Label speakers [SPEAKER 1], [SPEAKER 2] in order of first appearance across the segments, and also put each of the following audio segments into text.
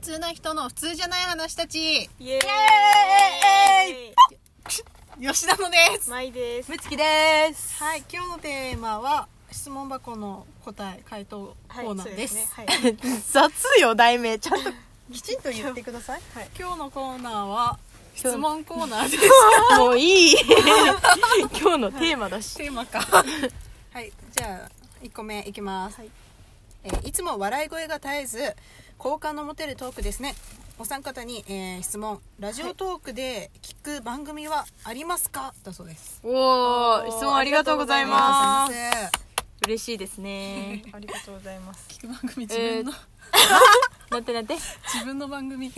[SPEAKER 1] 通な人の普通じゃない話たち
[SPEAKER 2] イエーイ
[SPEAKER 1] 吉田のです
[SPEAKER 2] マイです
[SPEAKER 3] むつきです。
[SPEAKER 1] はい今日のテーマは質問箱の答え回答コーナーです,、
[SPEAKER 2] はい
[SPEAKER 3] 雑よ、題名。ちゃ んと、きちんと言ってください。
[SPEAKER 1] 今日のコーナーは質問コーナーです
[SPEAKER 3] もういい。今日のテーマだし。
[SPEAKER 1] テーマかはいじゃあ1個目いきます、
[SPEAKER 2] はい
[SPEAKER 1] えーいつも笑い声が絶えず好感の持てるトークですねお三方に、えー質問ラジオトークで聞く番組はありますか、だそうです
[SPEAKER 3] お
[SPEAKER 2] ー質
[SPEAKER 3] ー、質
[SPEAKER 2] 問
[SPEAKER 3] 問
[SPEAKER 2] あ
[SPEAKER 3] あ
[SPEAKER 2] り
[SPEAKER 3] り
[SPEAKER 2] がと
[SPEAKER 3] がと
[SPEAKER 2] う
[SPEAKER 3] う
[SPEAKER 2] ご
[SPEAKER 3] ご
[SPEAKER 2] ざ
[SPEAKER 3] ざ
[SPEAKER 2] い
[SPEAKER 3] い
[SPEAKER 1] あ
[SPEAKER 3] ま
[SPEAKER 1] り
[SPEAKER 3] す。
[SPEAKER 1] がとうございます
[SPEAKER 3] 嬉しいですね。
[SPEAKER 2] ありがとうございます
[SPEAKER 1] 聞く番組自
[SPEAKER 3] え
[SPEAKER 1] 分
[SPEAKER 3] ー
[SPEAKER 1] の、、
[SPEAKER 3] なんてなんて。い
[SPEAKER 1] 自分の番組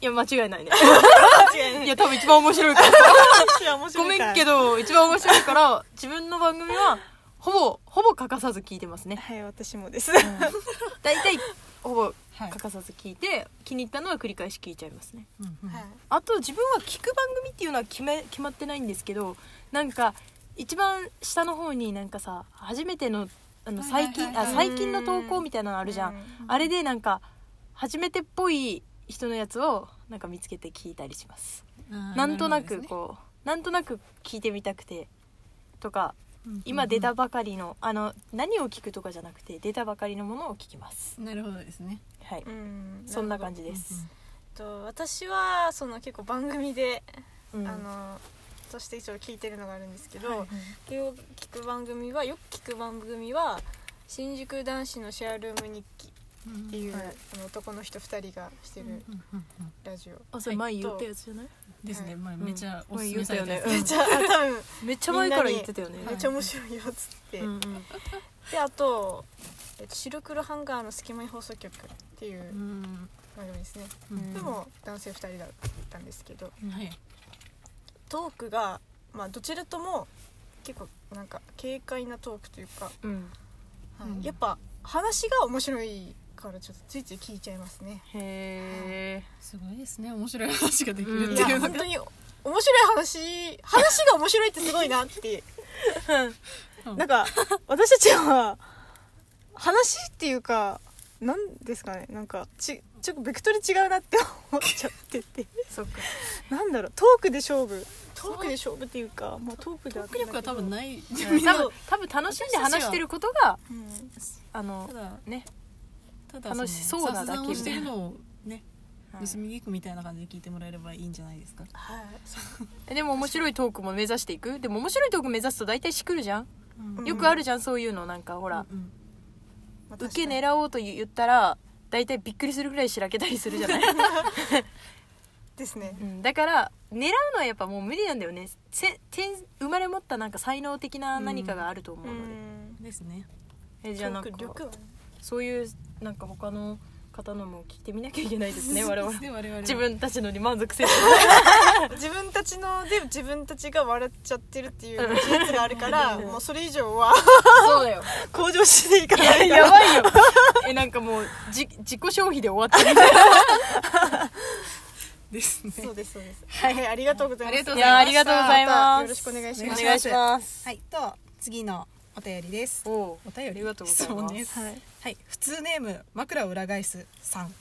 [SPEAKER 3] や、間違いないね。
[SPEAKER 2] 違
[SPEAKER 3] いや、多分一番面白い から。
[SPEAKER 2] 面白
[SPEAKER 3] ご
[SPEAKER 2] い
[SPEAKER 3] めんけ
[SPEAKER 2] ど
[SPEAKER 3] ど、一番面白いから、自分の番組は、ほぼ、ほぼ欠かさず聞いてますね。
[SPEAKER 2] はい私もです
[SPEAKER 3] 大体、ほぼ
[SPEAKER 1] はい
[SPEAKER 3] 欠かさず聞いて、気に入ったのは繰り返し聞いちゃいますね。
[SPEAKER 1] うんうん
[SPEAKER 3] あと自分は聞く番組っていうのは決め決まってないんですけどなんか一番下の方になんかさ初めてのあの
[SPEAKER 1] はいはい
[SPEAKER 3] 最
[SPEAKER 1] はい
[SPEAKER 3] 近あ最近の投稿みたいなのあるじゃん、あれでなんか初めてっぽい人のやつをなんか見つけて聞いたりしますなんとなくこうなんとなく聞いてみたくてとか
[SPEAKER 1] うん
[SPEAKER 3] 今出たばかりのあの何を聞くとかじゃなくて出たばかりのものを聞きます
[SPEAKER 1] なるほどですね
[SPEAKER 3] はいそんな感じです
[SPEAKER 2] と私はその結構番組で
[SPEAKER 3] う
[SPEAKER 2] あ
[SPEAKER 3] ん
[SPEAKER 2] のとして一応聞いてるのがあるんですけ
[SPEAKER 1] はいは
[SPEAKER 2] ど
[SPEAKER 1] い
[SPEAKER 2] よく聞く番組はよく聞く番組は新宿男子のシェアルーム日記っていうあの男の人2人がしてる
[SPEAKER 1] うんうんうん
[SPEAKER 2] ラジオ
[SPEAKER 3] あそれ前言ったやつじゃない
[SPEAKER 1] ですね、まあ、
[SPEAKER 3] ん
[SPEAKER 1] めちゃおすすめされたやつ
[SPEAKER 3] うん
[SPEAKER 2] めっちゃあ多分
[SPEAKER 3] めっちゃ前から言ってたよね
[SPEAKER 1] みんな
[SPEAKER 2] めっちゃ面白いよっつって、
[SPEAKER 3] うんうん
[SPEAKER 2] であと「えっと白黒ハンガーの隙間に放送局」っていううん番組ですね、
[SPEAKER 1] うん
[SPEAKER 2] でも男性2人だったんですけど
[SPEAKER 1] はい
[SPEAKER 2] トークが、まあ、どちらとも結構なんか軽快なトークというか、
[SPEAKER 3] うん
[SPEAKER 2] はい
[SPEAKER 1] うん
[SPEAKER 2] やっぱ話が面白いからちょっとついつい聞いちゃいますね、
[SPEAKER 3] へえ
[SPEAKER 1] すごいですね面白い話ができる
[SPEAKER 3] うん
[SPEAKER 1] っ
[SPEAKER 2] い
[SPEAKER 1] てい
[SPEAKER 2] や
[SPEAKER 1] うの
[SPEAKER 2] 本
[SPEAKER 1] が
[SPEAKER 2] 当に面白い話話が面白いってすごいなって
[SPEAKER 1] うん
[SPEAKER 2] なんか私たちは話っていうかなんですかねなんかちちょっとベクトル違うなって思っちゃってて
[SPEAKER 3] そ っか
[SPEAKER 2] なんだろうトークで勝負トークで勝負っていうかまあトークで
[SPEAKER 1] トーク力は多分
[SPEAKER 2] い、
[SPEAKER 1] ない
[SPEAKER 3] 多分多分楽しんで話してることが
[SPEAKER 2] うん
[SPEAKER 3] あの
[SPEAKER 1] ただ
[SPEAKER 3] ね
[SPEAKER 1] ただ
[SPEAKER 3] 楽しそうな
[SPEAKER 1] 雑
[SPEAKER 3] だけ
[SPEAKER 1] 談をしてるのをね
[SPEAKER 3] はい
[SPEAKER 1] 盗み聞くみたいな感じで聞いてもらえればいいんじゃないですか
[SPEAKER 2] はい
[SPEAKER 3] えでも面白いトークも目指していくでも面白いトーク目指すと大体しくるじゃん
[SPEAKER 2] ん
[SPEAKER 3] よくあるじゃんそういうのなんかほ
[SPEAKER 1] ほ
[SPEAKER 3] ら
[SPEAKER 1] うん
[SPEAKER 2] まあ
[SPEAKER 3] 受け
[SPEAKER 2] 確かに
[SPEAKER 3] 狙おうと言ったら大体びっくりするぐらいしらけたりするじゃない、
[SPEAKER 2] ですね
[SPEAKER 3] うん、だから狙うのはやっぱもう無理なんだよねせ天生まれ持ったなんか才能的な何かがあると思う
[SPEAKER 2] う
[SPEAKER 3] ので、
[SPEAKER 2] ん
[SPEAKER 1] ですね
[SPEAKER 3] えじゃあなんか
[SPEAKER 2] トーク力は
[SPEAKER 3] そういうなんか他の方のも聞いてみなきゃいけないですね我々
[SPEAKER 1] で我々
[SPEAKER 3] 自分たちのに満足せず
[SPEAKER 2] 自分たちので自分たちが笑っちゃってるっていう事実があるから
[SPEAKER 3] うん
[SPEAKER 2] もうそれ以上は
[SPEAKER 3] そうだよ
[SPEAKER 2] 向上していかない
[SPEAKER 3] やばいよえなんかもうじ自己消費で終わってる
[SPEAKER 1] ですね
[SPEAKER 2] そうですそうです。はい、ありがとうございます。
[SPEAKER 1] ありがとう
[SPEAKER 3] い
[SPEAKER 1] ござい
[SPEAKER 3] や
[SPEAKER 1] ま
[SPEAKER 3] あ
[SPEAKER 1] した
[SPEAKER 3] りがとうございます
[SPEAKER 2] よろしくお願いしま
[SPEAKER 1] お
[SPEAKER 2] す。
[SPEAKER 1] 願いしますはいと次のお便りです
[SPEAKER 3] おお
[SPEAKER 1] お便り
[SPEAKER 3] ありがとうござい
[SPEAKER 1] 質
[SPEAKER 3] ます
[SPEAKER 1] 問です
[SPEAKER 2] はい。
[SPEAKER 1] はい普通ネーム枕を裏返すさんか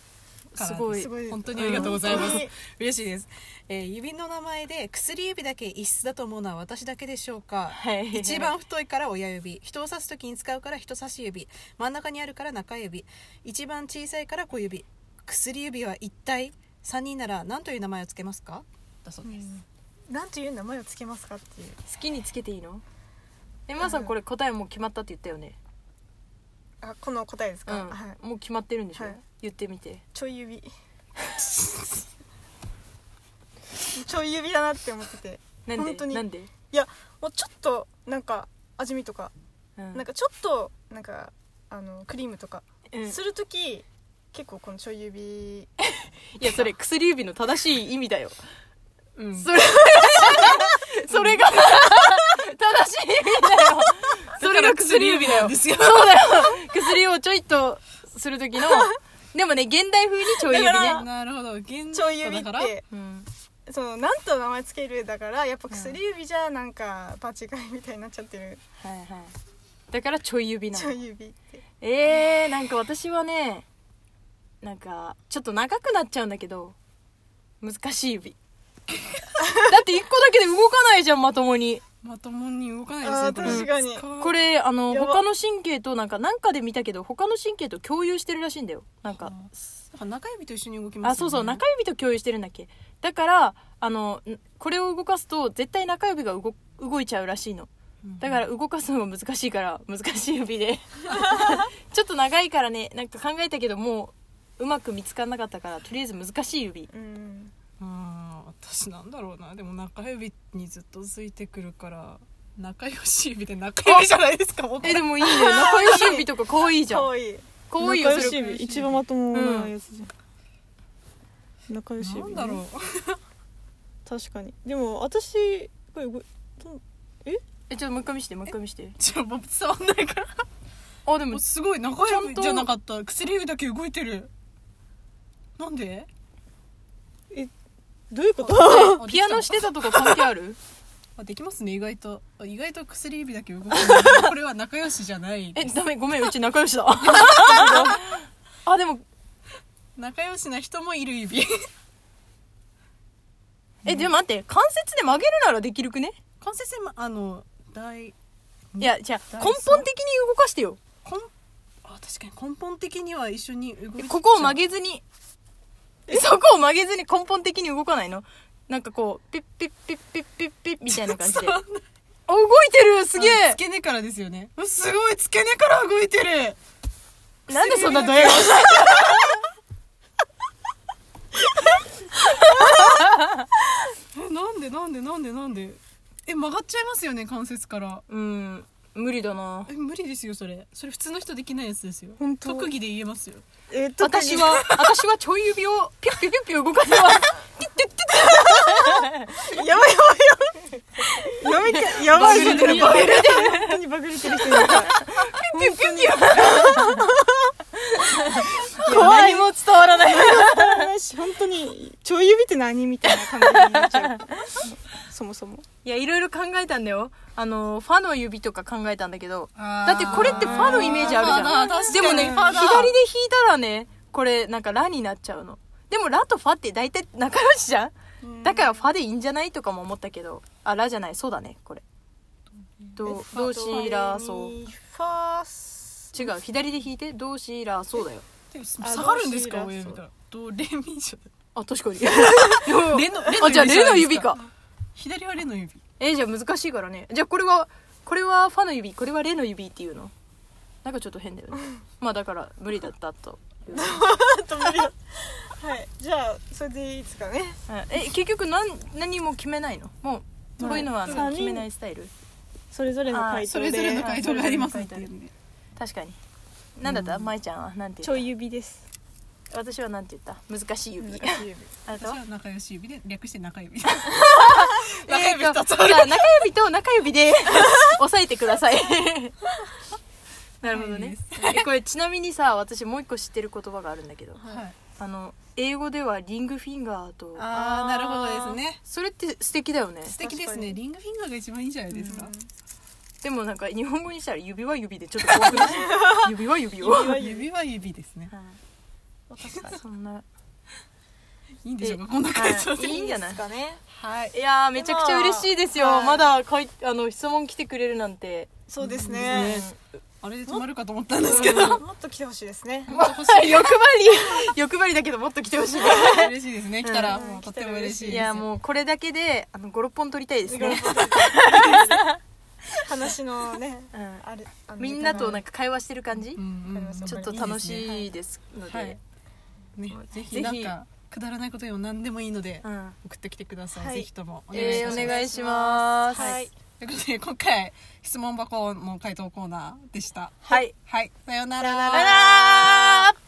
[SPEAKER 1] らです
[SPEAKER 3] ごい
[SPEAKER 2] すごい
[SPEAKER 1] 本当にありがとうございます、
[SPEAKER 2] 本当に
[SPEAKER 1] 嬉しいです、えー指の名前で薬指だけ異質だと思うのは私だけでしょうか、
[SPEAKER 3] はい
[SPEAKER 1] 一番太いから親指人を指す時に使うから人差し指真ん中にあるから中指一番小さいから小指薬指は一体3人なら何という名前をつけますかだそうです、
[SPEAKER 2] なんていう名前をつけますかっていう。
[SPEAKER 3] 好きにつけていいのえまーさんこれ答えもう決まったって言ったよね
[SPEAKER 2] あ、この答えです
[SPEAKER 3] う
[SPEAKER 2] か。
[SPEAKER 3] ん
[SPEAKER 2] はい。
[SPEAKER 3] もう決まってるんでしょ
[SPEAKER 2] はい
[SPEAKER 3] 言ってみて
[SPEAKER 2] ちょい指。ちょい指だなって思ってて、
[SPEAKER 3] なん
[SPEAKER 2] 本当
[SPEAKER 3] で
[SPEAKER 2] に
[SPEAKER 3] なんで
[SPEAKER 2] もうちょっとなんか味見とか、
[SPEAKER 3] うん
[SPEAKER 2] なんかちょっとなんかあのクリームとか
[SPEAKER 3] うんい
[SPEAKER 2] するとき、結構このちょい指。
[SPEAKER 3] やそれ薬指の正しい意味だよ
[SPEAKER 1] うん
[SPEAKER 3] それそれが正しい意味だ よそれが薬指だよ
[SPEAKER 1] ですよ
[SPEAKER 3] そうだよ薬をちょいっとする時のでもね現代風にちょい指
[SPEAKER 2] だから
[SPEAKER 3] ね、
[SPEAKER 1] なるほど現
[SPEAKER 2] ちょい指っ
[SPEAKER 1] だから
[SPEAKER 2] て。
[SPEAKER 3] うん、
[SPEAKER 2] そのなんと名前つけるだからやっぱ薬指じゃなんか場違いみたいになっちゃってる
[SPEAKER 3] はいはいだからちょい指な
[SPEAKER 2] ちょ
[SPEAKER 3] の
[SPEAKER 2] い指って
[SPEAKER 3] えー、なんか私はねなんかちょっと長くなっちゃうんだけど難しい指だって一個だけで動かないじゃんまともに
[SPEAKER 1] まともに動かないですね
[SPEAKER 2] あー
[SPEAKER 1] これ
[SPEAKER 2] 確かに
[SPEAKER 1] 使う
[SPEAKER 3] これあの
[SPEAKER 2] やば
[SPEAKER 3] 他の神経となんかなんかで見たけど他の神経と共有してるらしいんだよなんか
[SPEAKER 1] だから中指と一緒に動きますよね
[SPEAKER 3] あそうそう中指と共有してるんだっけだからあのんこれを動かすと絶対中指が動動いちゃうらしいの
[SPEAKER 1] うん
[SPEAKER 3] だから動かすのが難しいから難しい指 でちょっと長いからねなんか考えたけどもううまく見つからなかったからとりあえず難しい指
[SPEAKER 2] うん
[SPEAKER 1] うん私なんだろうなでも中指にずっとついてくるから仲良し指で中指じゃないですかもうこれ
[SPEAKER 3] えで もいいね仲良し指とか可愛いじゃ
[SPEAKER 2] か
[SPEAKER 3] ん
[SPEAKER 2] わいい
[SPEAKER 3] 可愛い
[SPEAKER 2] 仲
[SPEAKER 3] よ
[SPEAKER 2] 良
[SPEAKER 3] そ
[SPEAKER 2] し
[SPEAKER 3] れ
[SPEAKER 2] 指一番まともなやつじゃん、仲良し
[SPEAKER 1] な
[SPEAKER 2] 指、
[SPEAKER 1] ん
[SPEAKER 2] ね、
[SPEAKER 1] だろう
[SPEAKER 2] 確かにでも私これご
[SPEAKER 3] えちょっともう一回見してもう一回見して
[SPEAKER 1] じゃあもう伝わんないから
[SPEAKER 3] あでも
[SPEAKER 1] おすごい中
[SPEAKER 3] ちゃん
[SPEAKER 1] 指
[SPEAKER 3] と
[SPEAKER 1] じゃなかった薬指だけ動いてるなんで
[SPEAKER 2] どういうこと
[SPEAKER 1] あ
[SPEAKER 3] ピアノしてたとか関係ある
[SPEAKER 1] あできますね意外とあ意外と薬指だけ動 くこれは仲良しじゃない
[SPEAKER 3] えダメごめんうち仲良しだ あでも
[SPEAKER 1] 仲良しな人もいる 指
[SPEAKER 3] えでも待って関節で曲げるならできるくね
[SPEAKER 1] 関節まあの大
[SPEAKER 3] いやじゃあ
[SPEAKER 1] 大
[SPEAKER 3] 根
[SPEAKER 1] 丈夫
[SPEAKER 3] 本的に動かしてよ
[SPEAKER 1] 根あ確かに根本的には一緒に動いて
[SPEAKER 3] ここを曲げずにそこを曲げずに根本的に動かないのなんかこうピッピッピッピッピッピッみたいな感じであ動いてるすげ
[SPEAKER 1] あの
[SPEAKER 3] え
[SPEAKER 1] 付け根からですよねうわすごい付け根から動いてる
[SPEAKER 3] なんでそんなドヤ顔して
[SPEAKER 1] え なんでなんでなんでなんでえ曲がっちゃいますよね関節から
[SPEAKER 3] うん無理だな
[SPEAKER 1] え無理ですよそれそれ普通の人できないやつですよ
[SPEAKER 2] 本当
[SPEAKER 1] 特技で言えますよ
[SPEAKER 2] えっと
[SPEAKER 3] 私は私はちょい指をピュッピュッピュッピュ動かすわ
[SPEAKER 2] やばいやばいやばいやばいやばいやばいやばい本当にバグれてる人いる から
[SPEAKER 3] ピュッピュッピュッ怖い何も伝わらない
[SPEAKER 2] 本当にちょい指って何みたいな感じになっち ゃうそもそも
[SPEAKER 3] いやいろいろ考えたんだよあのファの指とか考えたんだけど
[SPEAKER 1] だ
[SPEAKER 3] だってこれってファのイメージあるじゃんでもね左で弾いたらねこれなんかラになっちゃうのでもラとファって大体仲良しじゃんだからファでいいんじゃないとかも思ったけどあラじゃないそうだねこれどどうしらそう
[SPEAKER 2] ファース
[SPEAKER 3] 違う左で弾いてどうしらそうだよ
[SPEAKER 1] でも下がるんです
[SPEAKER 2] あ
[SPEAKER 1] か
[SPEAKER 2] どうし
[SPEAKER 1] 親指からドレミじ
[SPEAKER 3] あ確かに
[SPEAKER 1] ゃレのレ
[SPEAKER 3] あじゃあ
[SPEAKER 1] じゃ
[SPEAKER 3] レ
[SPEAKER 1] な
[SPEAKER 3] の
[SPEAKER 1] いです
[SPEAKER 3] 指か
[SPEAKER 1] 左はレの指
[SPEAKER 3] えじゃあ難しいからねじゃあこれはこれはファの指これはレの指っていうのなんかちょっと変だよ ねまあだから無理だったという
[SPEAKER 2] ト無理だはいじゃあそれでいいですかね
[SPEAKER 3] はいえ結局何何も決めないのもうこういうのは
[SPEAKER 2] はい
[SPEAKER 3] 決めないスタイル、
[SPEAKER 2] それぞれの回
[SPEAKER 1] そ
[SPEAKER 2] 答
[SPEAKER 1] れぞれの
[SPEAKER 2] で
[SPEAKER 1] 回答がありますっていうね
[SPEAKER 3] 確かに何だった、まいちゃんはなんて
[SPEAKER 2] ち
[SPEAKER 3] 言
[SPEAKER 2] ょ
[SPEAKER 3] っ
[SPEAKER 2] い指です
[SPEAKER 3] た私はなんて言った難しい
[SPEAKER 2] 難
[SPEAKER 3] 指
[SPEAKER 2] しい指
[SPEAKER 3] あな
[SPEAKER 1] 私
[SPEAKER 3] たは
[SPEAKER 1] は仲良し指で略して中指
[SPEAKER 3] 中
[SPEAKER 1] 中指
[SPEAKER 3] じゃあ
[SPEAKER 1] 2つある
[SPEAKER 3] 中指と中指 で押さえてくださ いなるほど
[SPEAKER 1] いい
[SPEAKER 3] ね
[SPEAKER 1] です
[SPEAKER 3] えこれちなみにさ私もう一個知ってる言葉があるんだけど
[SPEAKER 1] はい
[SPEAKER 3] あの英語ではリングフィンガーと
[SPEAKER 1] ああなるほどですね
[SPEAKER 3] それって素敵だよね
[SPEAKER 1] 素敵です
[SPEAKER 2] 確か
[SPEAKER 1] ね
[SPEAKER 2] に
[SPEAKER 1] リングフィンガーが一番いいんじゃないですか
[SPEAKER 3] でもなんか日本語にしたら指は指でちょっと怖 くない指は指を
[SPEAKER 2] 指は指
[SPEAKER 1] 指は指ですね
[SPEAKER 3] そんない
[SPEAKER 1] いんでしょうかこんな回答で
[SPEAKER 3] いいんじゃない
[SPEAKER 2] ですかね
[SPEAKER 1] はい
[SPEAKER 3] いやーめちゃくちゃ嬉しいですよ、
[SPEAKER 2] はい
[SPEAKER 3] まだかいあの質問来てくれるなんて、
[SPEAKER 2] そうですね
[SPEAKER 1] あれで止まるかと思ったんですけど
[SPEAKER 2] もっと来てほしいですね
[SPEAKER 3] 欲張り 欲張りだけどもっと来てほしいね
[SPEAKER 1] 嬉しいですね来たら
[SPEAKER 2] うん
[SPEAKER 1] もうとっても嬉しいです
[SPEAKER 3] いやもうこれだけであの56本撮りたいですね、
[SPEAKER 2] 話のね
[SPEAKER 3] うん、
[SPEAKER 2] あるあの
[SPEAKER 3] みんなとなんか会話してる感じ、
[SPEAKER 1] うんうん
[SPEAKER 3] ちょっと楽しいですので
[SPEAKER 1] はいねぜひ
[SPEAKER 3] ぜひ
[SPEAKER 1] なんかくだらないことでも何でもいいので
[SPEAKER 3] うん
[SPEAKER 1] 送ってきてください、
[SPEAKER 2] はい
[SPEAKER 1] ぜひともお願いし
[SPEAKER 3] え
[SPEAKER 1] ま
[SPEAKER 3] ー
[SPEAKER 1] す、
[SPEAKER 3] お願いします
[SPEAKER 2] はい
[SPEAKER 1] ということで今回質問箱の回答コーナーでした
[SPEAKER 3] はい
[SPEAKER 1] はいさようなら
[SPEAKER 3] あらー